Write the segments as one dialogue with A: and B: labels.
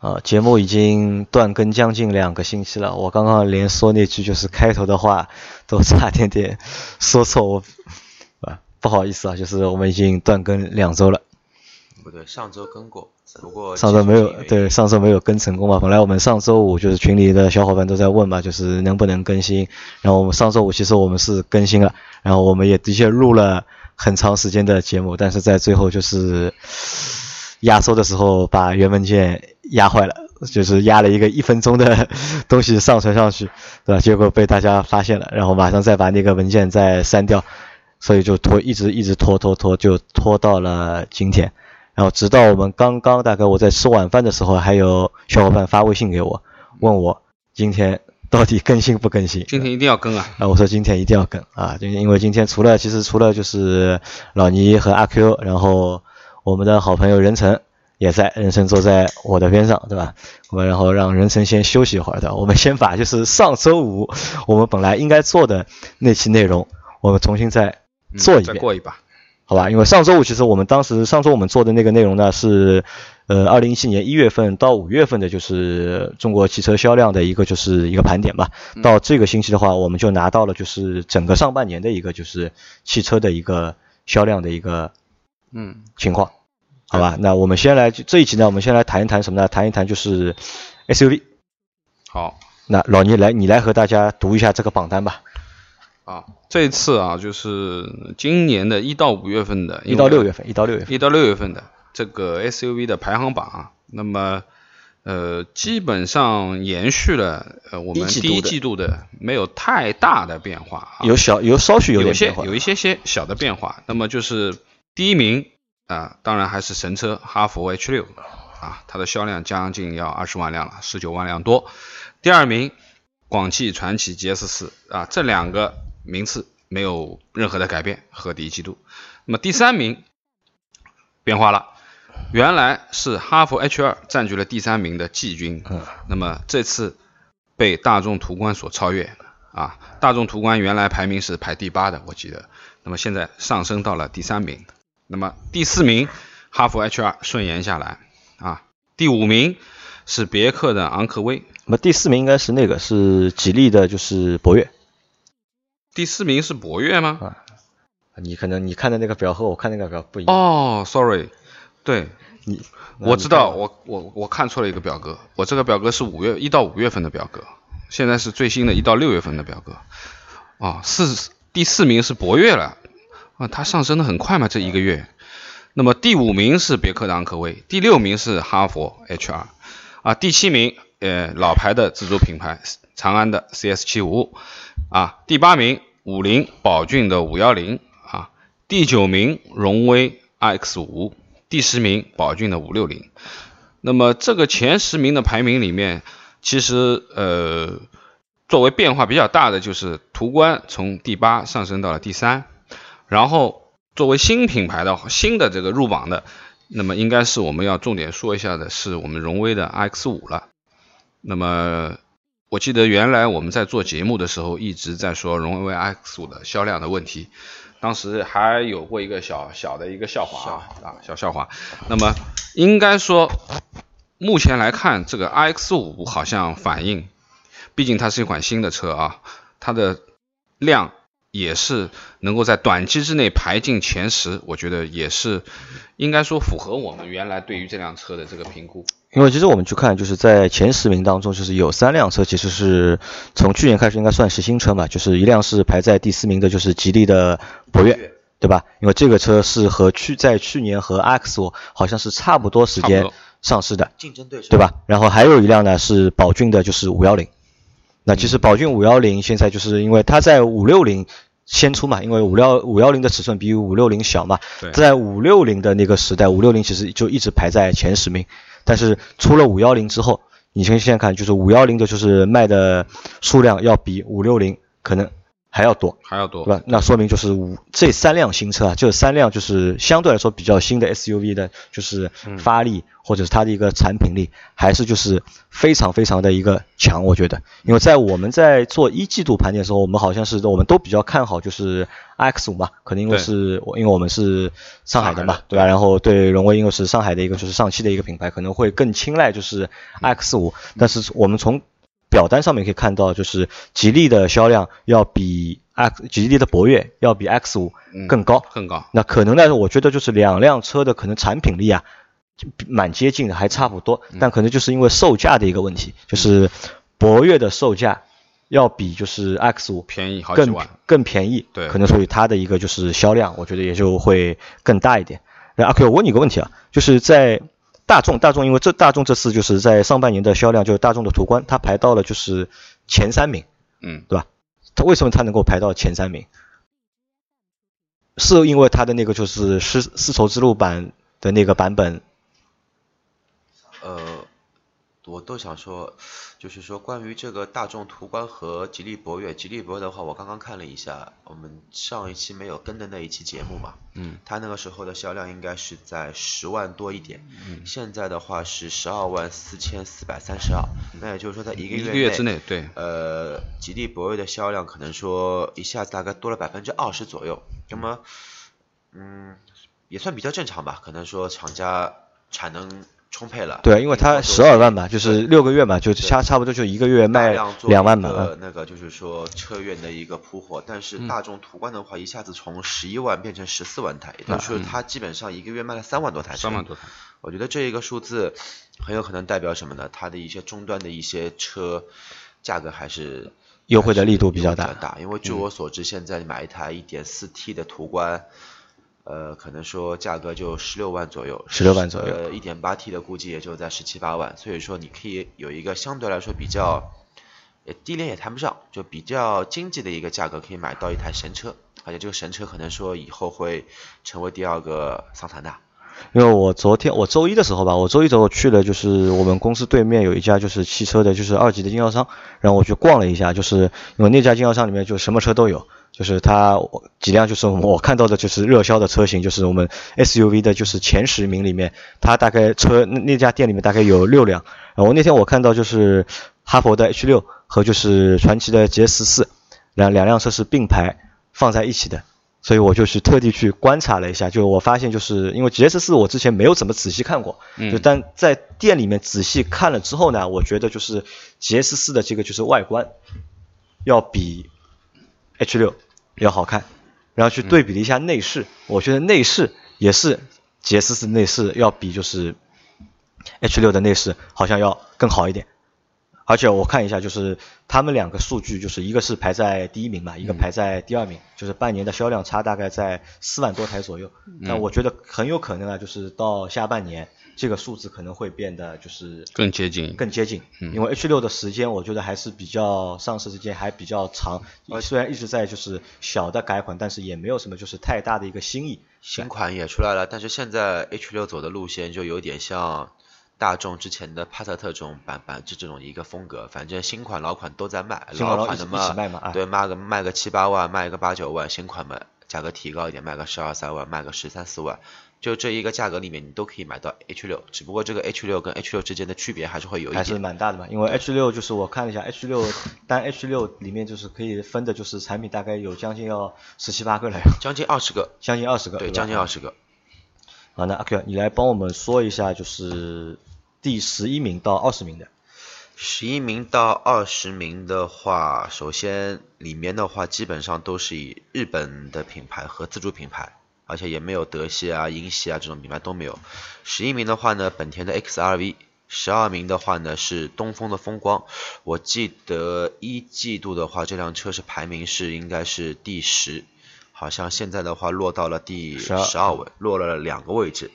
A: 啊、节目已经断更将近两个星期了，我刚刚连说那句就是开头的话都差点点说错，我啊不好意思啊，就是我们已经断更两周了，
B: 不对，上周跟过，不过
A: 上周没有
B: 技术性原因
A: 对上周没有更成功嘛，本来我们上周五就是群里的小伙伴都在问嘛，就是能不能更新，然后我们上周五其实我们是更新了，然后我们也的确录了很长时间的节目，但是在最后就是 压缩的时候把原文件压坏了，就是压了一个一分钟的 东西上传上去，对吧？结果被大家发现了，然后马上再把那个文件再删掉，所以就拖，一直一直拖拖拖，就拖到了今天。然后直到我们刚刚大概我在吃晚饭的时候，还有小伙伴发微信给我，问我今天到底更新不更新？
C: 今天一定要更啊！
A: 啊，我说今天一定要更啊，就是因为今天除了其实除了就是老倪和阿 Q，然后我们的好朋友任晨也在，任晨坐在我的边上，对吧？我们然后让任晨先休息一会儿的，我们先把就是上周五我们本来应该做的那期内容，我们重新再
C: 嗯
A: 做一
C: 再
A: 遍，
C: 过一把。
A: 好吧，因为上周五其实我们当时上周我们做的那个内容呢是，呃，二零一七年一月份到五月份的，就是中国汽车销量的一个就是一个盘点吧。
C: 嗯
A: 到这个星期的话，我们就拿到了就是整个上半年的一个就是汽车的一个销量的一个
C: 嗯，
A: 情况，好吧？那我们先来这一期呢，我们先来谈一谈什么呢？谈一谈就是 SUV。
C: 好
A: 那老倪来，你来和大家读一下这个榜单吧，
C: 啊，这次啊，就是今年的一到五月份的，
A: 一到六月
C: 份，
A: 份，一到六月份，
C: 一到六月份的这个 SUV 的排行榜啊，那么呃，基本上延续了呃我们
A: 一季度的
C: 第一季度的没有太大的变化啊，
A: 有小有稍许有
C: 有
A: 点
C: 些
A: 变化，
C: 有一些些小的变化。那么就是第一名啊、当然还是神车哈弗 H 六啊，它的销量将近要二十万辆了，十九万辆多。第二名广汽传祺 GS 四啊，这两个名次没有任何的改变，和第一季度。那么第三名变化了。原来是哈弗 H 二占据了第三名的季军，
A: 嗯
C: 那么这次被大众途观所超越啊！大众途观原来排名是排第八的，我记得，那么现在上升到了第三名。那么第四名，哈弗 H 二顺延下来啊。第五名是别克的昂科威，
A: 那么第四名应该是那个是吉利的，就是博越。
C: 第四名是博越吗？
A: 你可能你看的那个表和我看那个表不一样。
C: 哦，sorry，对，
A: 你
C: 我知道，，我我我看错了一个表格，我这个表格是五月一到五月份的表格，现在是最新的一到六月份的表格。哦，四第四名是博越了，啊，它上升的很快嘛，这一个月。那么第五名是别克的昂科威，第六名是哈佛 H 2啊，第七名呃老牌的自主品牌长安的 CS 7 5啊，第八名五菱宝骏的510啊，第九名荣威 RX 5第十名宝骏的560。那么这个前十名的排名里面，其实呃，作为变化比较大的就是途观从第八上升到了第三，然后作为新品牌的新的这个入榜的，那么应该是我们要重点说一下的是我们荣威的 RX 5了。那么我记得原来我们在做节目的时候一直在说荣威 RX 5的销量的问题，当时还有过一个小小的一个笑话啊啊小笑话。那么应该说，目前来看，这个 RX 5好像反应，毕竟它是一款新的车啊，它的量也是能够在短期之内排进前十，我觉得也是应该说符合我们原来对于这辆车的这个评估。
A: 因为其实我们去看，就是在前十名当中，就是有三辆车其实是从去年开始应该算是新车嘛，就是一辆是排在第四名的，就是吉利的博越。对吧？因为这个车是和去在去年和 X 5好像是差不多时
C: 差不
A: 间
C: 多
A: 上市的，
B: 竞争对手
A: 对？吧？然后还有一辆呢是宝骏的，就是五幺零。那其实宝骏五幺零现在就是因为它在五六零先出嘛，因为五幺五幺零的尺寸比五六零小嘛
C: 对，
A: 在五六零的那个时代，五六零其实就一直排在前十名，但是出了五幺零之后，你从现在看，就是五幺零的，就是卖的数量要比五六零可能还要多，
C: 还要多
A: 对。吧？那说明就是五这三辆新车啊，这三辆就是相对来说比较新的 SUV 的，就是
C: 嗯
A: 发力、或者是它的一个产品力，还是就是非常非常的一个强，我觉得。因为在我们在做一季度盘点的时候，我们好像是我们都比较看好就是 X 五嘛，可能因为
C: 对
A: 是我因为我们是上海的嘛
C: 上海的，
A: 对吧？然后对荣威，因为是上海的一个就是上汽的一个品牌，可能会更青睐就是 X 五，但是我们从表单上面可以看到，就是吉利的销量要比 X 吉利的博越要比 X 五
C: 嗯
A: 更高。
C: 更高。
A: 那可能呢，我觉得就是两辆车的可能产品力啊，就蛮接近的，还差不多。但可能就是因为售价的一个问题，就是博越的售价要比就是 X 五
C: 便宜好几
A: 更
C: 万。
A: 更便宜，
C: 对
A: 可能所以它的一个就是销量，我觉得也就会更大一点。那阿 Q，我问你个问题啊，就是在大众，大众因为这大众这次就是在上半年的销量，就是大众的途观，它排到了就是前三名，
C: 嗯，
A: 对吧？它为什么它能够排到前三名？是因为它的那个就是丝丝绸之路版的那个版本，
B: 呃，我都想说，就是说关于这个大众途观和吉利博越，吉利博越的话，我刚刚看了一下，我们上一期没有跟的那一期节目嘛，
C: 嗯，
B: 它那个时候的销量应该是在十万多一点，嗯，现在的话是十二万四千四百三十二，那也就是说在一个
C: 一
B: 月
C: 个月之内，对，
B: 呃，吉利博越的销量可能说一下子大概多了百分之二十左右，那么，嗯，也算比较正常吧，可能说厂家产能充沛了，
A: 对，因为它
B: 做
A: 十二万嘛，就是六个月嘛，就差差不多就一个月
B: 大
A: 卖
B: 量做
A: 两万
B: 一
A: 嘛，
B: 个
A: 嗯
B: 那个就是说车源的一个铺货，但是大众途观的话，一下子从十一万变成十四万台，也
A: 嗯
B: 就是说它基本上一个月卖了三万多台车，
C: 三万多台。
B: 我觉得这一个数字很有可能代表什么呢？它的一些终端的一些车价格还是
A: 优惠的力度比较大
B: 大，
A: 嗯
B: 还是因为据我所知，现在买一台 1.4T 的途观。呃，可能说价格就十六万左右，
A: 16万左右
B: 呃，一点八 T 的估计也就在十七八万，所以说你可以有一个相对来说比较，也低廉也谈不上，就比较经济的一个价格可以买到一台神车，而且这个神车可能说以后会成为第二个桑塔纳。
A: 因为我昨天我周一的时候吧，我周一的时候去了，就是我们公司对面有一家就是汽车的，就是二级的经销商，然后我去逛了一下，就是因为那家经销商里面就什么车都有，就是它我几辆就是我看到的就是热销的车型，就是我们 SUV 的就是前十名里面，它大概车那那家店里面大概有六辆，然后那呃天我看到就是哈佛的 H 六和就是传祺的 GS 四，两两辆车是并排放在一起的，所以我就是特地去观察了一下，就我发现就是因为 GS 四我之前没有怎么仔细看过，就但在店里面仔细看了之后呢，我觉得就是 GS 四的这个就是外观要比 H 六要好看，然后去对比了一下内饰，我觉得内饰也是 GS 四内饰要比就是 H 六的内饰好像要更好一点。而且我看一下，就是他们两个数据，就是一个是排在第一名嘛，一个排在第二名，就是半年的销量差大概在四万多台左右。那我觉得很有可能啊，就是到下半年这个数字可能会变得就是
C: 更接近，
A: 更接近，因为 H 六的时间我觉得还是比较上市时间还比较长，虽然一直在就是小的改款，但是也没有什么就是太大的一个新意。
B: 新款也出来了，但是现在 H 六走的路线就有点像大众之前的帕萨特这种版版制这种一个风格，反正新款老款都在卖，
A: 新哎款老
B: 款的
A: 一起一起卖嘛啊
B: 对，卖个卖个七八万，卖个八九万，新款嘛价格提高一点，卖个十二三万，卖个十三四万，就这一个价格里面你都可以买到 H 六，只不过这个 H 六跟 H 六之间的区别还是会有一
A: 还是
B: 点。
A: 蛮大的嘛，因为 H 六就是我看了一下，H 六单 H 六里面就是可以分的，就是产品大概有将近要十七八个了呀，
B: 将近二十个，
A: 将近二十个，
B: 对，
A: 吧
B: 将近二十个。
A: 好，那阿 Q，你来帮我们说一下，就是第十一名到二十名的，
B: 十一名到二十名的话，首先里面的话基本上都是以日本的品牌和自主品牌，而且也没有德系啊、英系啊这种品牌都没有。十一名的话呢，本田的 XRV；十二名的话呢是东风的风光。我记得一季度的话，这辆车是排名是应该是第十，好像现在的话落到了第十
A: 12
B: 二位，落了两个位置。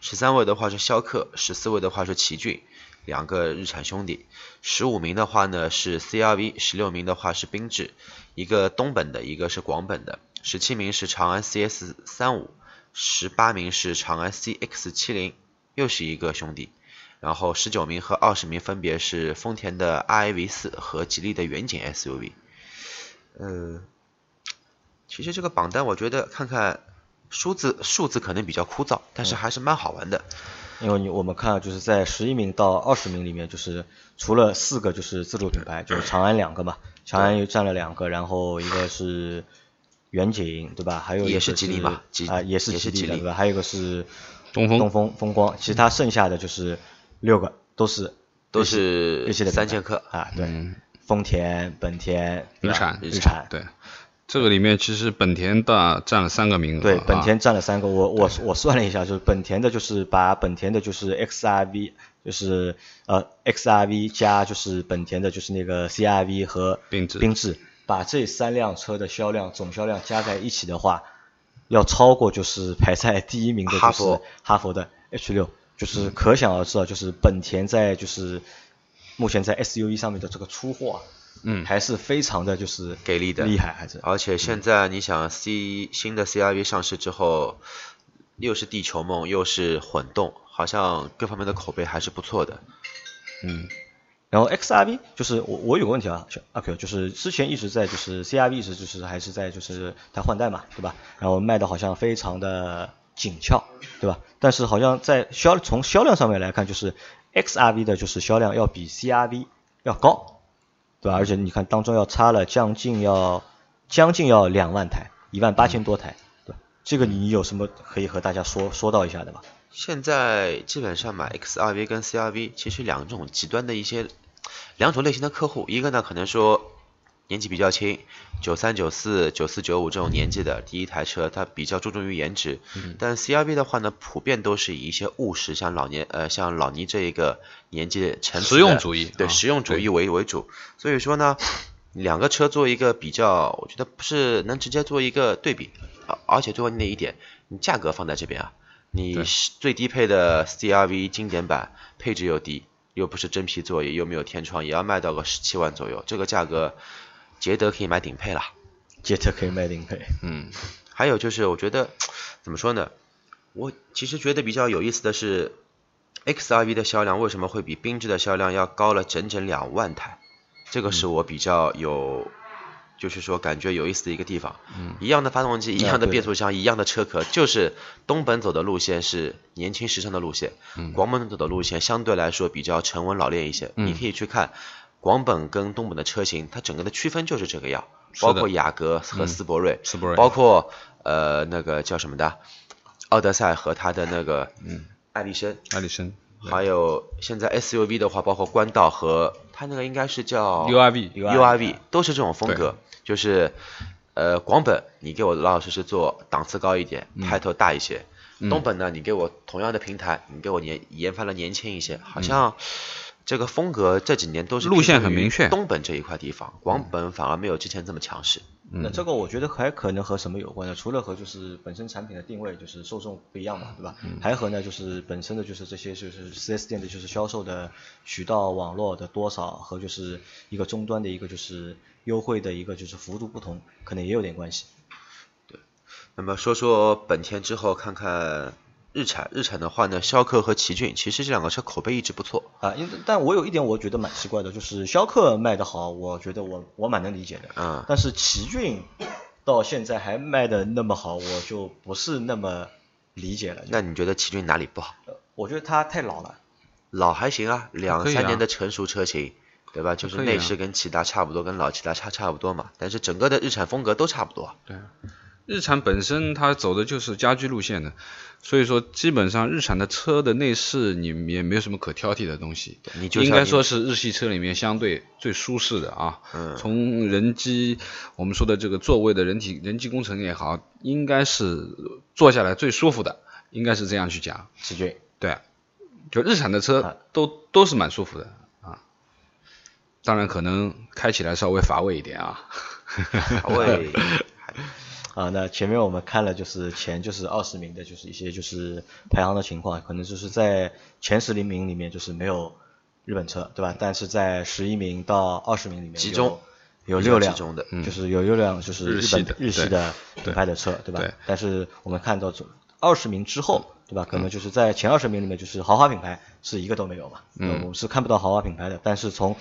B: 十三位的话是逍客，十四位的话是奇骏，两个日产兄弟。十五名的话呢是 CRV，十六名的话是缤智，一个东本的，一个是广本的。十七名是长安 CS 三五，十八名是长安 CX 七零，又是一个兄弟。然后十九名和二十名分别是丰田的 RAV 四和吉利的远景 SUV。嗯，其实这个榜单我觉得看看数字数字可能比较枯燥，但是还是蛮好玩的。
A: 因为你我们看啊就是在十一名到二十名里面，就是除了四个就是自主品牌，就是长安两个嘛，长安又占了两个，然后一个是远景对吧？还有一个
B: 也是吉利嘛吉
A: 啊也是
B: 也是吉
A: 利的
B: 利
A: 对吧？还有一个是
C: 东风
A: 东风风光，其他剩下的就是六个都是
B: 都
A: 日系
C: 呃
B: 是
A: 日系的品牌
B: 三剑客
A: 啊，对，丰田、本田、对
C: 日
A: 吧
C: 产，
A: 日产。
C: 对，这个里面其实本田的占了三个名额，
A: 对，本
C: 啊
A: 田占了三个。我我我算了一下，就是本田的，就是把本田的就是 XRV，就是呃 XRV 加就是本田的就是那个 CRV 和
C: 缤智
A: 缤智，把这三辆车的销量总销量加在一起的话，要超过就是排在第一名的
B: 哈
A: 就
B: 弗
A: 是哈佛的 H 六，就是可想而知啊，就是本田在就是目前在 SUV 上面的这个出货、啊，
C: 嗯
A: 还是非常的就是
B: 给力的啊
A: 厉害还是。
B: 而且现在你想 C 新的 CRV 上市之后，又是地球梦，又是混动，好像各方面的口碑还是不错的。
C: 嗯，
A: 然后 XRV 就是我我有个问题啊，小阿 Q 就是之前一直在就是 CRV 一直就是还是在就是它换代嘛，对吧？然后卖的好像非常的紧俏，对吧？但是好像在销从销量上面来看，就是 XRV 的就是销量要比 CRV 要高，对吧？而且你看当中要差了将近要将近要两万台，一万八千多台，对吧？这个你有什么可以和大家说说到一下的吗？
B: 现在基本上买 XRV 跟 CRV 其实两种极端的一些两种类型的客户，一个呢可能说年纪比较轻，九三、九四、九四、九五这种年纪的第一台车，它比较注重于颜值。
C: 嗯
B: 但 CRV 的话呢，普遍都是以一些务实，像老年呃像老倪这一个年纪成熟
C: 实
B: 的
C: 用主义
B: 对
C: 啊
B: 实用主
C: 对
B: 义为为主。所以说呢，两个车做一个比较，我觉得不是能直接做一个对比，而而且最关键的一点，你价格放在这边啊，你
C: 对
B: 是最低配的 CRV 经典版配置又低，又不是真皮座椅，又没有天窗，也要卖到个十七万左右，这个价格，捷德可以买顶配了。
A: 捷特可以卖顶配，
C: 嗯，
B: 还有就是，我觉得怎么说呢？我其实觉得比较有意思的是，XRV 的销量为什么会比缤智的销量要高了整整两万台？这个是我比较有，就是说感觉有意思的一个地方。嗯、一样的发动机，一样的
A: 对
B: 变速箱，一样的车壳，就是东本走的路线是年轻时尚的路线，广本走的路线相对来说比较沉稳老练一些。你可以去看广本跟东本的车型，它整个的区分就是这个样，
C: 是
B: 包
C: 的
B: 括雅阁和斯铂瑞。
C: 斯铂瑞
B: 包括呃那个叫什么的，奥德赛和它的那个嗯艾力绅，
C: 艾力绅
B: 还有现在 SUV 的话，包括官道和它那个应该是叫
A: 哦
C: URV
B: URV 都是这种风格，就是呃广本你给我老老实实做档次高一点，
C: 嗯
B: 派头大一些。东本呢，你给我同样的平台，你给我年研发的年轻一些，好像这个风格这几年都是
C: 嗯路线
B: 偏向
C: 很
B: 于
C: 明确嗯
B: 东本这一块地方，广本反而没有之前这么强势。
A: 那这个我觉得还可能和什么有关呢？除了和就是本身产品的定位就是受众不一样嘛，对吧？还和呢就是本身的就是这些就是 4S 店的就是销售的渠道网络的多少和就是一个终端的一个就是优惠的一个就是幅度不同，可能也有点关系。
B: 那么说说本田之后，看看日产。日产的话呢，逍客和奇骏，其实这两个车口碑一直不错。
A: 啊，因为但我有一点我觉得蛮奇怪的，就是逍客卖得好，我觉得我我蛮能理解的。
B: 嗯
A: 但是奇骏到现在还卖得那么好，我就不是那么理解了。
B: 那你觉得奇骏哪里不好？
A: 我觉得它太老了。
B: 老还行啊，两
C: 可以啊
B: 三年的成熟车型，对吧？就是
C: 可以啊
B: 内饰跟骐达差不多，跟老骐达差差不多嘛。但是整个的日产风格都差不多。
C: 日产本身它走的就是家居路线的，所以说基本上日产的车的内饰你也没有什么可挑剔的东西，
B: 你就
C: 应该
B: 像
C: 说是日系车里面相对最舒适的啊。
B: 嗯
C: 从人机我们说的这个座位的人体人机工程也好，应该是坐下来最舒服的，应该是这样去讲。
A: 奇骏，
C: 对，啊就日产的
A: 啊
C: 车都都是蛮舒服的啊，当然可能开起来稍微乏味一点啊。
B: 喂，
A: 啊，那前面我们看了就是前就是二十名的，就是一些就是排行的情况，可能就是在前十零名里面就是没有日本车，对吧？但是在十一名到二十名里面
B: 集
A: 有
B: 中
A: 有
B: 比
A: 六
B: 较集
A: 辆
B: 中的
A: 就是有六辆就是
C: 日
A: 日
C: 系
A: 本
C: 的
A: 日系
C: 对
A: 的
C: 对
A: 品牌的车，对吧
C: 对？
A: 但是我们看到二十名之后，对吧？可能就是在前二十名里面，就是豪华品牌是一个都没有嘛，
C: 嗯
A: 呃我们是看不到豪华品牌的。但是从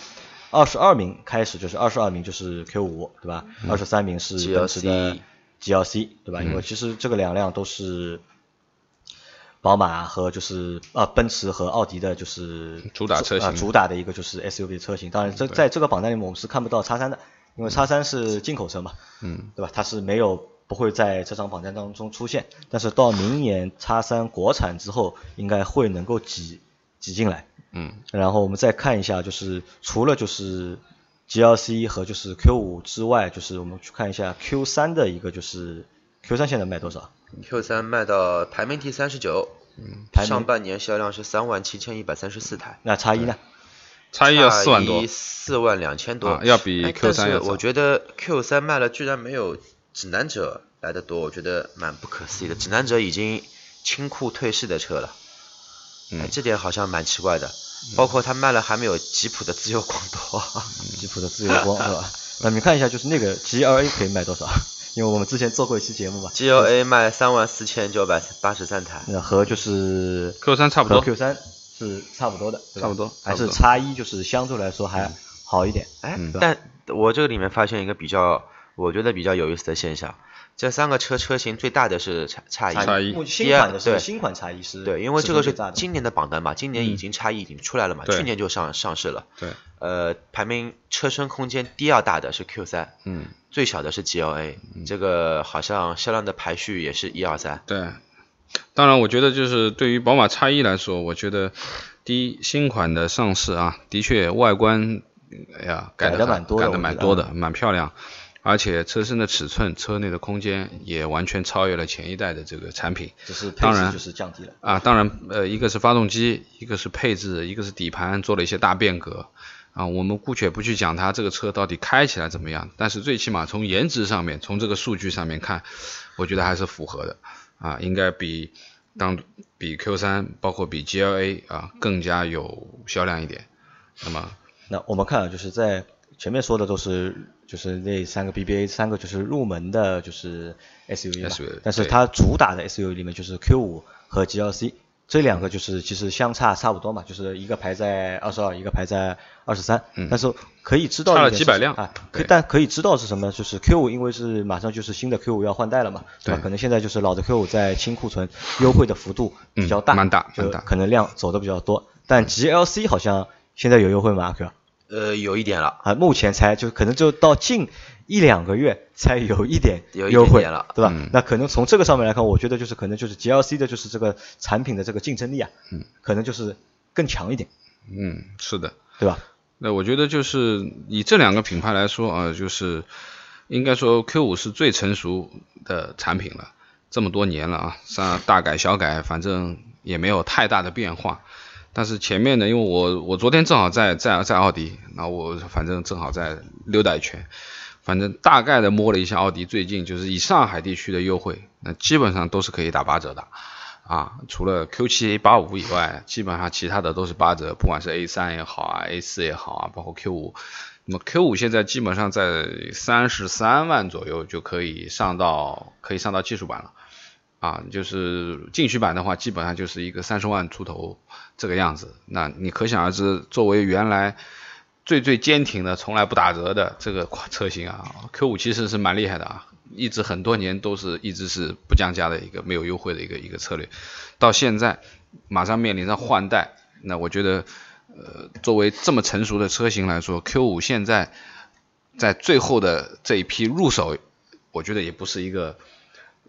A: 二十二名开始，就是二十二名就是 Q 五，对吧？二十三名是奔驰的 GLC，对吧？因为其实这个两辆都是宝马和就是啊奔驰和奥迪的，就是
C: 主打车型嗯
A: 啊主打的一个就是 SUV 的车型。当然这在这个榜单里面我们是看不到叉三的，因为叉三是进口车嘛，
C: 嗯，
A: 对吧？它是没有不会在这张榜单当中出现，但是到明年叉三国产之后，应该会能够挤挤进来。
C: 嗯，
A: 然后我们再看一下，就是除了就是 GLC 和就是 Q 五之外，就是我们去看一下 Q 三的一个就是 Q 三现在卖多少？
B: Q 三卖到排名第三十九，
C: 嗯
A: 排名
B: 上半年销量是三万七千一百三十四台，
A: 那叉一呢？
C: 差异要四万多，
B: 四万两千多
C: 啊，要比
B: 哎
C: Q3
B: 但是
C: 要少
B: 我觉得 Q 三卖了居然没有指南者来的多，我觉得蛮不可思议的。指南者已经清库退市的车了，哎
C: 嗯，
B: 这点好像蛮奇怪的。包括他卖了还没有吉普的自由光多，
C: 嗯
A: 吉普的自由光是 吧？那你们看一下，就是那个 GLA 可以卖多少？因为我们之前做过一期节目嘛，
B: GLA 卖三万四千九百八十三台，
A: 那和就是
C: Q 三差不多
A: 和 Q 三是差不多的，对吧
C: 差不多
A: 还
C: 差
A: 是
C: 不多
A: 叉一就是相对来说还好一点。
B: 哎
C: 嗯，
B: 但我这个里面发现一个比较，我觉得比较有意思的现象，这三个车车型最大的是差差异，
C: 差异
A: 目前
B: 第
A: 新
B: 二
A: 款的是
B: 对
A: 新款叉一是
B: 对，因为这个
A: 是
B: 是
A: 最大的嗯
B: 今年的榜单嘛，今年已经差异已经出来了嘛，
C: 对
B: 去年就上上市了，
C: 对，
B: 呃，排名车身空间第二大的是 Q 三，
C: 嗯，
B: 最小的是 GLA，、这
A: 嗯
B: 个好像销量的排序也是一二三，
C: 对。当然，我觉得就是对于宝马叉一来说，我觉得第一新款的上市啊，的确外观，哎呀，改
A: 改得
C: 的
A: 蛮多的
C: 改
A: 我觉得
C: 的
A: 啊
C: 蛮多的，蛮漂亮，而且车身的尺寸、车内的空间也完全超越了前一代的这个产品。
A: 只是配
C: 当
A: 置
C: 然
A: 就是降低了。
C: 啊，当然，呃，一个是发动机，一个是配置，一个是底盘做了一些大变革。啊，我们姑且不去讲它这个车到底开起来怎么样，但是最起码从颜值上面，从这个数据上面看，我觉得还是符合的。啊，应该比当比 Q 三，包括比 GLA 啊更加有销量一点。那么，
A: 那我们看啊，就是在前面说的都是就是那三个 BBA 三个就是入门的，就是 SUV 嘛
C: SUV
A: 但是它主打的 SUV 里面就是 Q 5和 GLC 这两个就是其实相差差不多嘛，就是一个排在二十二，一个排在二十三，但是可以知道
C: 嗯差了
A: 一点
C: 几百
A: 是
C: 辆
A: 啊，可
C: 对
A: 但可以知道是什么，就是 Q 5因为是马上就是新的 Q 5要换代了嘛，对吧？
C: 对
A: 可能现在就是老的 Q 5在清库存，优惠的幅度比较大，
C: 嗯蛮大
A: 就
C: 蛮大
A: 可能量走的比较多，但
B: 嗯
A: GLC 好像现在有优惠吗？阿 Q？
B: 呃，有一点了。
A: 啊，目前才就可能就到近一两个月才有一点
B: 有一
A: 优
B: 点
A: 惠
B: 点了嗯
A: 对吧？那可能从这个上面来看，我觉得就是可能就是 GLC 的就是这个产品的这个竞争力啊，嗯，可能就是更强一点，
C: 嗯，是的，
A: 对吧？
C: 那我觉得就是以这两个品牌来说啊，就是应该说 Q 5是最成熟的产品了，这么多年了啊，上大改小改，反正也没有太大的变化。但是前面呢，因为我我昨天正好在在在奥迪，那我反正正好在溜达一圈，反正大概的摸了一下奥迪最近就是以上海地区的优惠，那基本上都是可以打八折的。啊，除了 Q 7 A 8 5以外，基本上其他的都是八折，不管是 A 3也好啊，A 4也好啊，包括 Q 5那么 Q 5现在基本上在三十三万左右就可以上到可以上到技术版了，啊，就是进取版的话，基本上就是一个三十万出头这个样子。那你可想而知，作为原来最最坚挺的、从来不打折的这个款车型啊，Q 5其实是蛮厉害的啊，一直很多年都是一直是不降价的一个没有优惠的一个一个策略，到现在马上面临着换代，那我觉得，呃，作为这么成熟的车型来说，Q 5现在在最后的这一批入手，我觉得也不是一个。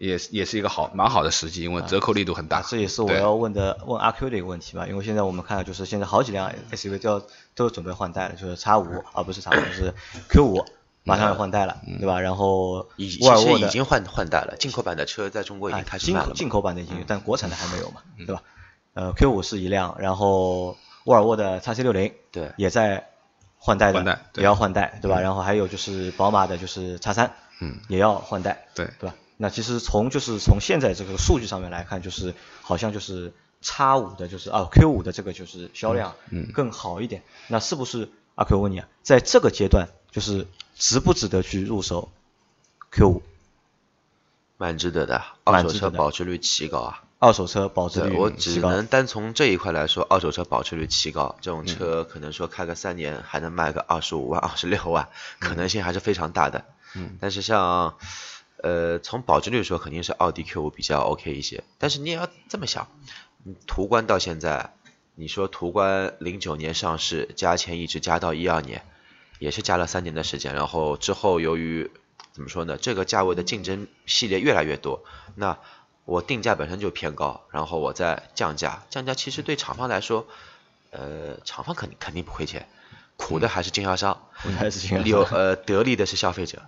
C: 也也是一个好蛮好的时机，因为折扣力度很大。
A: 啊，这也是我
C: 对
A: 要问的问阿 Q 的一个问题吧，因为现在我们看到就是现在好几辆 SUV 都要都准备换代了，就是 X 5啊不是 X 5就是 Q 5马上要换代了，对吧？然后
B: 已
A: 沃
B: 嗯其
A: 尔
B: 实
A: 沃
B: 已
A: 的
B: 经换换代了，进口版的车在中国已
A: 啊，
B: 经开始
A: 进
B: 卖
A: 口
B: 了
A: 进
B: 嘛。嗯
A: 口版的已经有，但国产的还没有嘛，对吧？呃，Q 5是一辆，然后沃尔沃的 x C 6 0
B: 对
A: 也在换代
C: 换
A: 的
C: 代，对
A: 也要换代，
B: 嗯
A: 对吧？然后还有就是宝马的就是 x 3
C: 嗯，
A: 也要换代，
C: 对
A: 对吧？那其实从就是从现在这个数据上面来看，就是好像就是叉五的，就是啊 Q 五的这个就是销量
C: 嗯
A: 更好一点。那是不是阿 Q 问你啊，在这个阶段就是值不值得去入手 Q 五？
B: 蛮值得的，二
A: 蛮
B: 手
A: 值
B: 车
A: 得的
B: 保值率奇高啊！
A: 二手车保值
B: 对，
A: 率
B: 我
A: 极
B: 只
A: 高。
B: 能单从这一块来说，二手车保值率奇高，这种车可能说开个三年还能卖个二十五万、二十六万，可能性还是非常大的。
C: 嗯，
B: 但是像，呃，从保值率说，肯定是奥迪 Q 五比较 OK 一些。但是你也要这么想，嗯途观到现在，你说途观零九年上市，加钱一直加到一二年，也是加了三年的时间。然后之后由于怎么说呢，这个价位的竞争系列越来越多，那我定价本身就偏高，然后我再降价，降价其实对厂方来说，呃，厂方肯肯定不亏钱，苦的还是经销商，
A: 我还是 经
B: 有
A: 销
B: 呃得利的是消费者。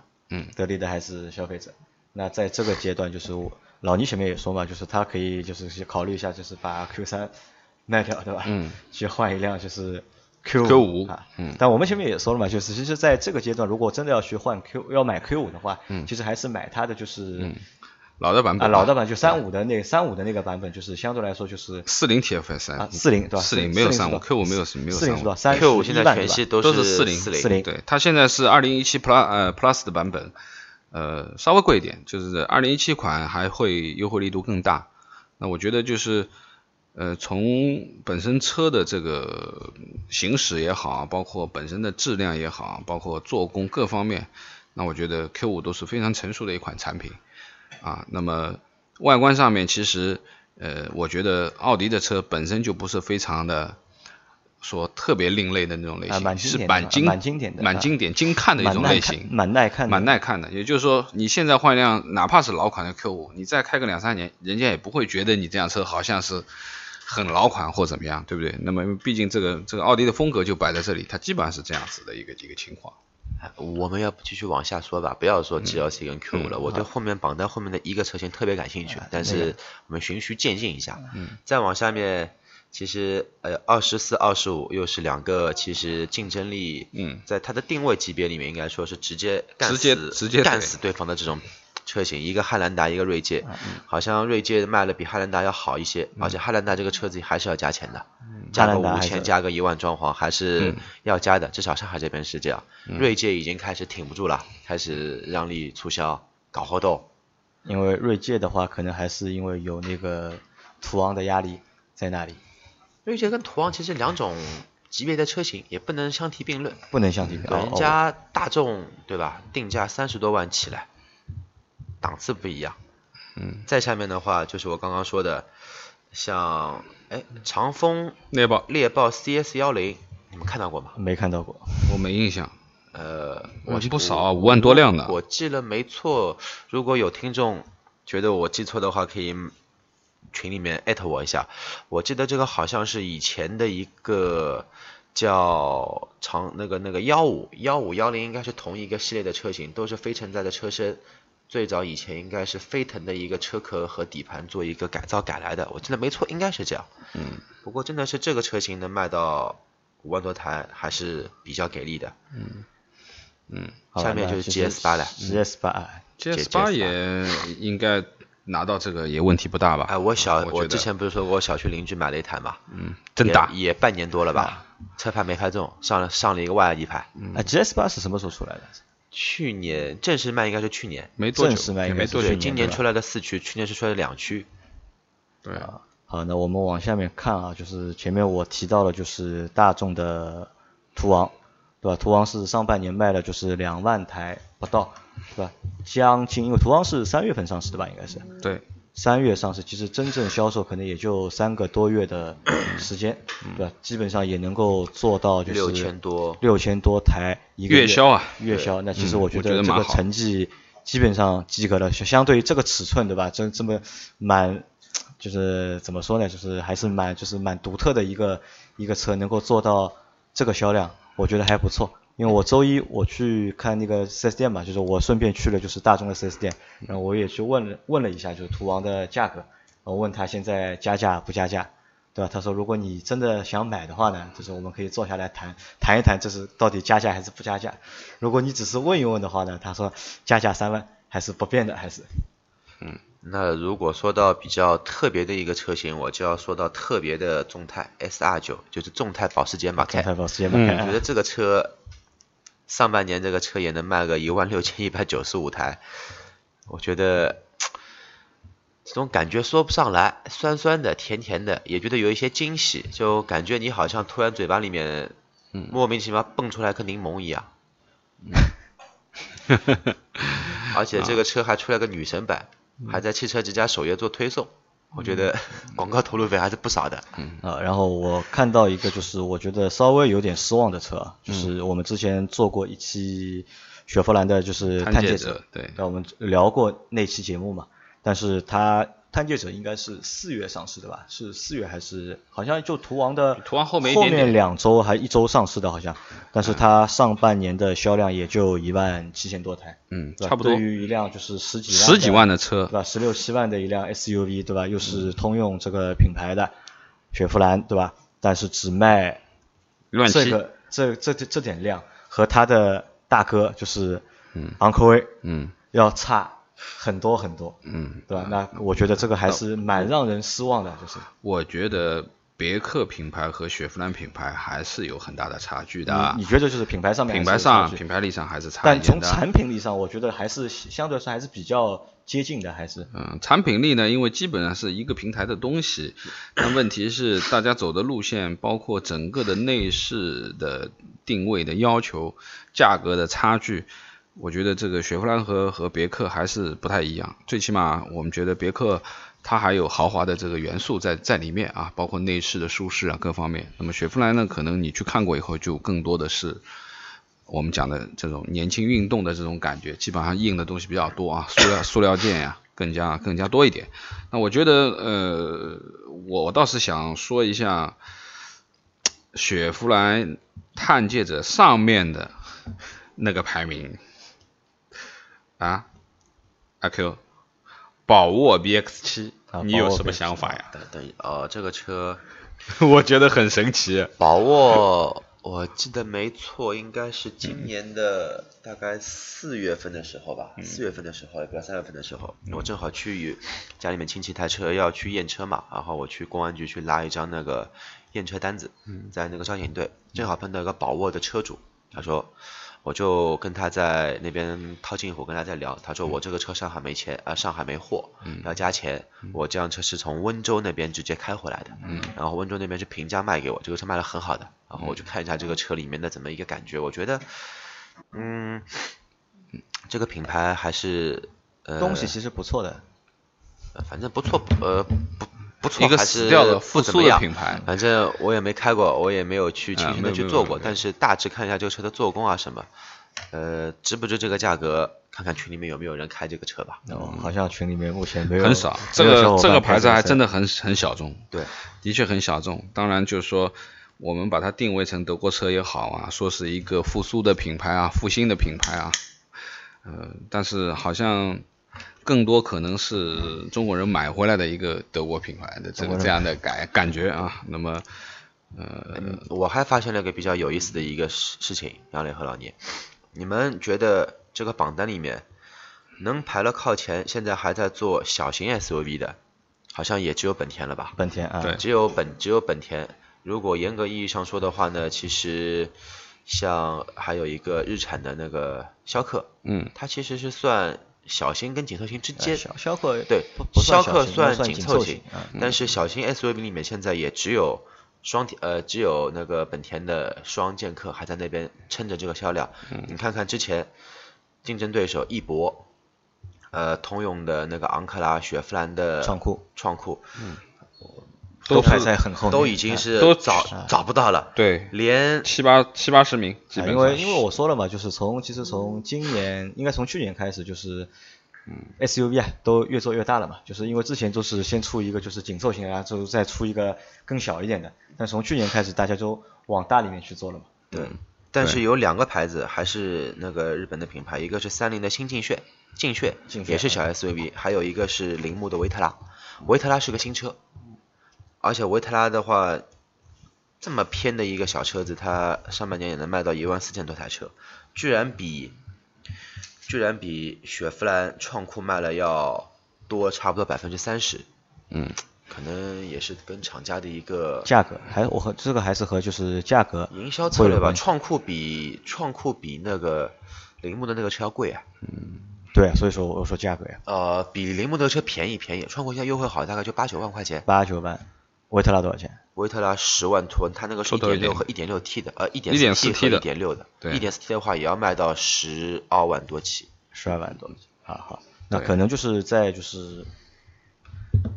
A: 得利的还是消费者。那在这个阶段，就是我老倪前面也说嘛，就是他可以就是去考虑一下，就是把 Q 三卖掉，对吧？
C: 嗯，
A: 去换一辆就是 Q
C: Q 五
A: 啊。
C: 嗯
A: 但我们前面也说了嘛，就是其实在这个阶段，如果真的要去换 Q 要买 Q 五的话，
C: 嗯
A: 其实还是买它的就是、
C: 老的版
A: 啊
C: 本吧，
A: 老的版就三五的那三五的那个版本，就是相对来说就是
C: 四零 TFS 三
A: 啊四零对吧？
C: 四零没有三五
A: 40
C: Q 五没有没有
A: 四零
C: 三
A: 是
C: 五
A: 吧？三
B: Q 五现在全系都
C: 都是
B: 四
C: 零
B: 零，
A: 40
C: 对，它现在是二零一七 Plus 呃 Plus 的版本，呃稍微贵一点，就是二零一七款还会优惠力度更大。那我觉得就是呃从本身车的这个行驶也好，包括本身的质量也好，包括做工各方面，那我觉得 Q 五都是非常成熟的一款产品啊。那么外观上面其实。呃，我觉得奥迪的车本身就不是非常的说特别另类的那种类
A: 啊
C: 型，
A: 蛮经
C: 是
A: 典的
C: 蛮
A: 嘛
C: 经
A: 蛮经典的
C: 蛮
A: 啊
C: 经典、精看的一
A: 蛮
C: 种
A: 耐
C: 类
A: 看嗯
C: 型，
A: 蛮耐看的，
C: 蛮耐看的。也就是说，你现在换一辆哪怕是老款的 Q 五，你再开个两三年，人家也不会觉得你这辆车好像是很老款或怎么样，对不对？那么毕竟这个这个奥迪的风格就摆在这里，它基本上是这样子的一个一个情况。
B: 我们要不继续往下说吧，不要
C: 嗯
B: 说 GLC 跟 Q 五了。我对后面榜单后面的一个车型特别感兴
C: 啊
B: 趣，但是我们循序渐进一下。嗯，再往下面，其实呃二十四、二十五又是两个其实竞争力，
C: 嗯，
B: 在它的定位级别里面应该说是直接干
C: 直
B: 死
C: 接直接
B: 干
C: 怼
B: 死对方的这种车型，一个汉兰达，一个锐界，
C: 啊嗯
B: 好像锐界卖的比汉兰达要好一些，而且汉兰达这个车子还是要加钱的。加嗯个
A: 汉兰达
B: 五
A: 还是
B: 千，加个一万装潢还是
C: 嗯
B: 要加的，至少上海这边是这样。锐界已经开始挺不住了，开始让利促销、搞活动。
A: 因为锐界的话，可能还是因为有那个途昂的压力在那里，
B: 锐界跟途昂其实两种级别的车型也不能相提并论，
A: 不能相哦提并
B: 嗯对
A: 论。
B: 人家大众对吧？定价三十多万起来，档次不一样。
C: 嗯，
B: 再下面的话就是我刚刚说的，像哎长风
C: 那吧，
B: 猎豹 CS 幺零，你们看到过吗？
A: 哦没看到过，
C: 我没印象，
B: 呃，
C: 我
B: 我
C: 不少啊，五万多辆呢。
B: 我记了没错，如果有听众觉得我记错的话，可以群里面艾特我一下。我记得这个好像是以前的一个叫长那个那个幺五幺五幺零，应该是同一个系列的车型，都是非承载的车身。最早以前应该是飞腾的一个车壳和底盘做一个改造改来的，我记得没错，应该是这样。
C: 嗯，
B: 不过真的是这个车型能卖到五万多台，还是比较给力的。
A: 好吧
B: 下面
A: 那
B: 就
A: 是
B: 是 GS8 了
A: GS 八，啊
C: GS 八
B: GS8
C: 也应该拿到这个也问题不大吧？
B: 哎，我小
C: 我觉
B: 我之
C: 得
B: 前不是说过，我小区邻居买了一台嘛，
C: 真啊大
B: 也也半年多了吧，车牌没拍中，上了上了一个外地牌。
A: 啊 GS 八是什么时候出来的？
B: 去年正式卖应该是去年，
C: 没多
A: 正式
C: 久，
A: 卖
C: 也
A: 应该
C: 没
A: 是
C: 多
A: 去
C: 久
B: 对，
A: 年，
B: 今
A: 对
B: 年
A: 吧
B: 出来的四驱，去年是出来的两驱。
C: 对啊，
A: 好，那我们往下面看啊，就是前面我提到了，就是大众的途昂，对吧？途昂是上半年卖了就是两万台不到，对吧？将近，因为途昂是三月份上市的吧，应该是
C: 对，
A: 三月上市，其实真正销售可能也就三个多月的时 间，对吧？基本上也能够做到就是
B: 6000多
A: 六千多台一个
C: 月销啊
A: 月销。那其实
C: 嗯
A: 我
C: 我
A: 觉
C: 觉得
A: 得这
C: 蛮
A: 个
C: 好
A: 成绩基本上及格了，相相对于这个尺寸，对吧？这这么蛮，就是怎么说呢？就是还是蛮就是蛮独特的一个一个车，能够做到这个销量，我觉得还不错。因为我周一我去看那个 4S 店嘛，就是我顺便去了就是大众的 4S 店，然后我也去问了问了一下就是途昂的价格，我问他现在加价不加价，对吧？他说，如果你真的想买的话呢，就是我们可以坐下来谈谈一谈，这是到底加价还是不加价。如果你只是问一问的话呢，他说加价三万还是不变的，还是
B: 那如果说到比较特别的一个车型，我就要说到特别的众泰 SR 九，就是众泰保时捷马
A: 状态
B: 凯。
A: 保时捷
C: 嗯
A: 买
B: 我觉得这个车上半年这个车也能卖个一万六千一百九十五台，我觉得这种感觉说不上来，酸酸的、甜甜的，也觉得有一些惊喜，就感觉你好像突然嘴巴里面
C: 嗯
B: 莫名其妙蹦出来颗柠檬一样。而
C: 啊
B: 且这个车还出了个女神版，
C: 嗯
B: 还在汽车之家首页做推送，我觉得广告投入费还是不少的。
C: 嗯
A: 啊，然后我看到一个就是我觉得稍微有点失望的车啊，
C: 嗯
A: 就是我们之前做过一期雪佛兰的，就是
C: 探
A: 探
C: 界
A: 界
C: 者
A: 者，
C: 对
A: 那我们聊过那期节目嘛，但是它探界者应该是四月上市的吧？是四月还是好像就途王的
C: 途昂后面一
A: 后
C: 点点嗯
A: 面两周还一周上市的好像，但是它上半年的销量也就一万七千多台，
C: 嗯，
A: 对吧
C: 差不多
A: 对于一辆就是十几万
C: 十几万的车
A: 对，吧？十六七万的一辆 SUV，对吧？又
C: 嗯
A: 是通用这个品牌的雪佛兰，对吧？但是只卖
C: 乱
A: 这
C: 七，
A: 个这这这这点量和他的大哥就是
C: 嗯
A: 昂科威
C: 嗯
A: 要差很多很多，
C: 嗯，
A: 对吧？那我觉得这个还是蛮让人失望的，就是
C: 我觉得别克品牌和雪佛兰品牌还是有很大的差距的啊
A: 你你。觉得就是品牌上面
C: 品
A: 还
C: 牌
A: 是有差
C: 上、
A: 距
C: 品牌力上还是差一
A: 但
C: 点
A: 从
C: 的。啊
A: 产品力上，我觉得还是相对来说还是比较接近的，还是
C: 嗯，产品力呢，因为基本上是一个平台的东西，但问题是大家走的路线，包括整个的内饰的定位的要求、价格的差距，我觉得这个雪佛兰和和别克还是不太一样。最起码我们觉得别克它还有豪华的这个元素在在里面啊，包括内饰的舒适啊各方面。那么雪佛兰呢，可能你去看过以后，就更多的是我们讲的这种年轻运动的这种感觉，基本上硬的东西比较多啊，塑料 塑料件呀、更加更加多一点。那我觉得，呃，我倒是想说一下雪佛兰探界者上面的那个排名啊，阿 Q，宝沃 BX 七
A: 啊，
C: 你
A: 宝
C: 有
A: 沃
C: 什么
A: BX7
C: 想法呀？
B: 等等，呃，这个车
C: 我觉得很神奇。
B: 宝沃，我记得没错，应该是今年的大概四月份的时候吧，四月份的时候，也不知道三月份的时候，我正好去家里面亲戚台车要去验车嘛，然后我去公安局去拉一张那个验车单子，
C: 嗯
B: 在那个交警队正好碰到一个宝沃的车主，他说。我就跟他在那边套近乎，跟他在聊。他
C: 嗯
B: 说我这个车上海没钱，啊、上海没货，要加钱。
C: 嗯
B: 我这辆车是从温州那边直接开回来的，然后温州那边是平价卖给我，这个车卖的很好的。然
C: 嗯
B: 后我就看一下这个车里面的怎么一个感觉，我觉得，嗯，这个品牌还是呃，
A: 东西其实不错的，
B: 呃反正不错，呃，不不错，
C: 一个
B: 还
C: 死
B: 是
C: 掉了
B: 不
C: 复
B: 怎
C: 苏
B: 么
C: 的
B: 样
C: 品牌
B: 反正我也没开过，我也没有
C: 啊
B: 去亲身
C: 没
B: 的
C: 有没
B: 去
C: 有
B: 做
C: 没有
B: 过，
C: 没有
B: 但是大致看一下这个车的做工啊什么，呃，值不值这个价格，看看群里面有没有人开这个车吧。
A: 然后好像群里面目前没有
C: 嗯很少，这
A: 没有小
C: 个
A: 伙伴
C: 这个牌子
A: 开
C: 还真的很很小众，
B: 对，
C: 的确很小众。当然就是说，我们把它定位成德国车也好啊，说是一个复苏的品牌啊，复兴的品牌啊，呃，但是好像更多可能是中国人买回来的一个德国品牌的这个这样的感感觉啊。那么，呃，
B: 嗯，我还发现了一个比较有意思的一个事事情，杨磊和老聂，你们觉得这个榜单里面能排了靠前，现在还在做小型 SUV 的，好像也只有本田了吧？
A: 本田啊，
C: 对
B: 只有本只有本田。如果严格意义上说的话呢，其实像还有一个日产的那个逍客，
C: 嗯，
B: 它其实是算小型跟紧凑型之
A: 呃
B: 间，
A: 小逍客
B: 对
A: 不，不
B: 逍
A: 算小
B: 客
A: 型但算
B: 紧
A: 凑
B: 型，
A: 啊
B: 但是小型 SUV 里面现在也只有双田呃，只有那个本田的双剑客还在那边撑着这个销量。你看看之前竞争对手翼博，呃，通用的那个昂克拉、雪佛兰的
A: 创酷
B: 创酷
A: 都
C: 是
A: 排在很后面，
B: 都已经是
C: 都
B: 找找不到了，
C: 对，
B: 连
C: 七八七八十名，基
A: 啊，
C: 本
A: 因
C: 上。
A: 为因为我说了嘛，就是从其实从今年应该从去年开始就是。SUV 啊，都越做越大了嘛，就是因为之前都是先出一个就是紧凑型的，然后之后再出一个更小一点的，但从去年开始大家都往大里面去做了嘛。
B: 对，但是有两个牌子还是那个日本的品牌，一个是三菱的新劲炫，劲炫
A: 劲炫嗯
B: 也是小 SUV，还有一个是铃木的维特拉，维特拉是个新车，而且维特拉的话，这么偏的一个小车子，它上半年也能卖到一万四千多台车，居然比居然比雪佛兰创酷卖了要多差不多百分之三十，
C: 嗯，
B: 可能也是跟厂家的一个
A: 价格还我和这个还是和就是价格
B: 营销策
A: 会
B: 略
A: 有
B: 吧，
A: 关系。
B: 创酷比创酷比那个铃木的那个车要贵啊。
A: 对啊，所以说我说价格呀，
B: 呃，比铃木的车便宜便宜，川国现在优惠好，大概就八九万块钱。
A: 八九万，维特拉多少钱？
B: 维特拉十万吨，它那个是
C: 说
B: 一
C: 到
B: 点
C: 一点
B: 六和一点六 T 的，呃，一点
C: 1.4T
B: 和
C: 的
B: 一点六的，
C: 对
B: 一点四 T 的话也要卖到十二万多起。
A: 十二万多，好好，那
C: 对
A: 可能就是在就是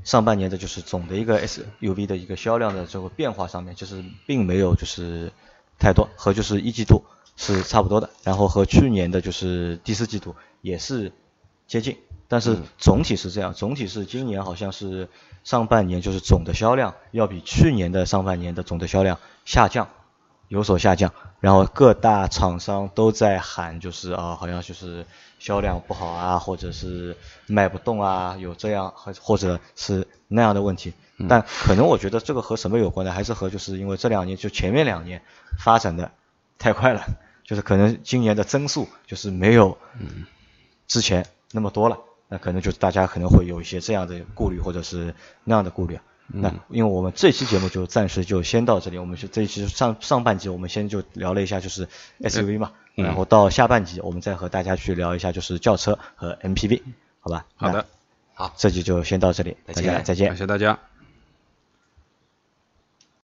A: 上半年的，就是总的一个 SUV 的一个销量的这个变化上面，就是并没有就是太多，和就是一季度是差不多的，然后和去年的就是第四季度也是接近，但是总体是这样，总体是今年好像是上半年就是总的销量要比去年的上半年的总的销量下降，有所下降，然后各大厂商都在喊，就是啊，好像就是销量不好啊，或者是卖不动啊，有这样或或者是那样的问题。但可能我觉得这个和什么有关呢？还是和就是因为这两年就前面两年发展的太快了，就是可能今年的增速就是没有之前那么多了，那可能就大家可能会有一些这样的顾虑或者是那样的顾虑啊。
C: 嗯
A: 那因为我们这期节目就暂时就先到这里，我们是这一期上上半集我们先就聊了一下就是 SUV 嘛，
C: 嗯
A: 然后到下半集我们再和大家去聊一下就是轿车和 MPV，好吧？
C: 好的，，
A: 这集就先到这里，
B: 再
A: 大
B: 见
A: 哎家再见
C: 感。谢大家。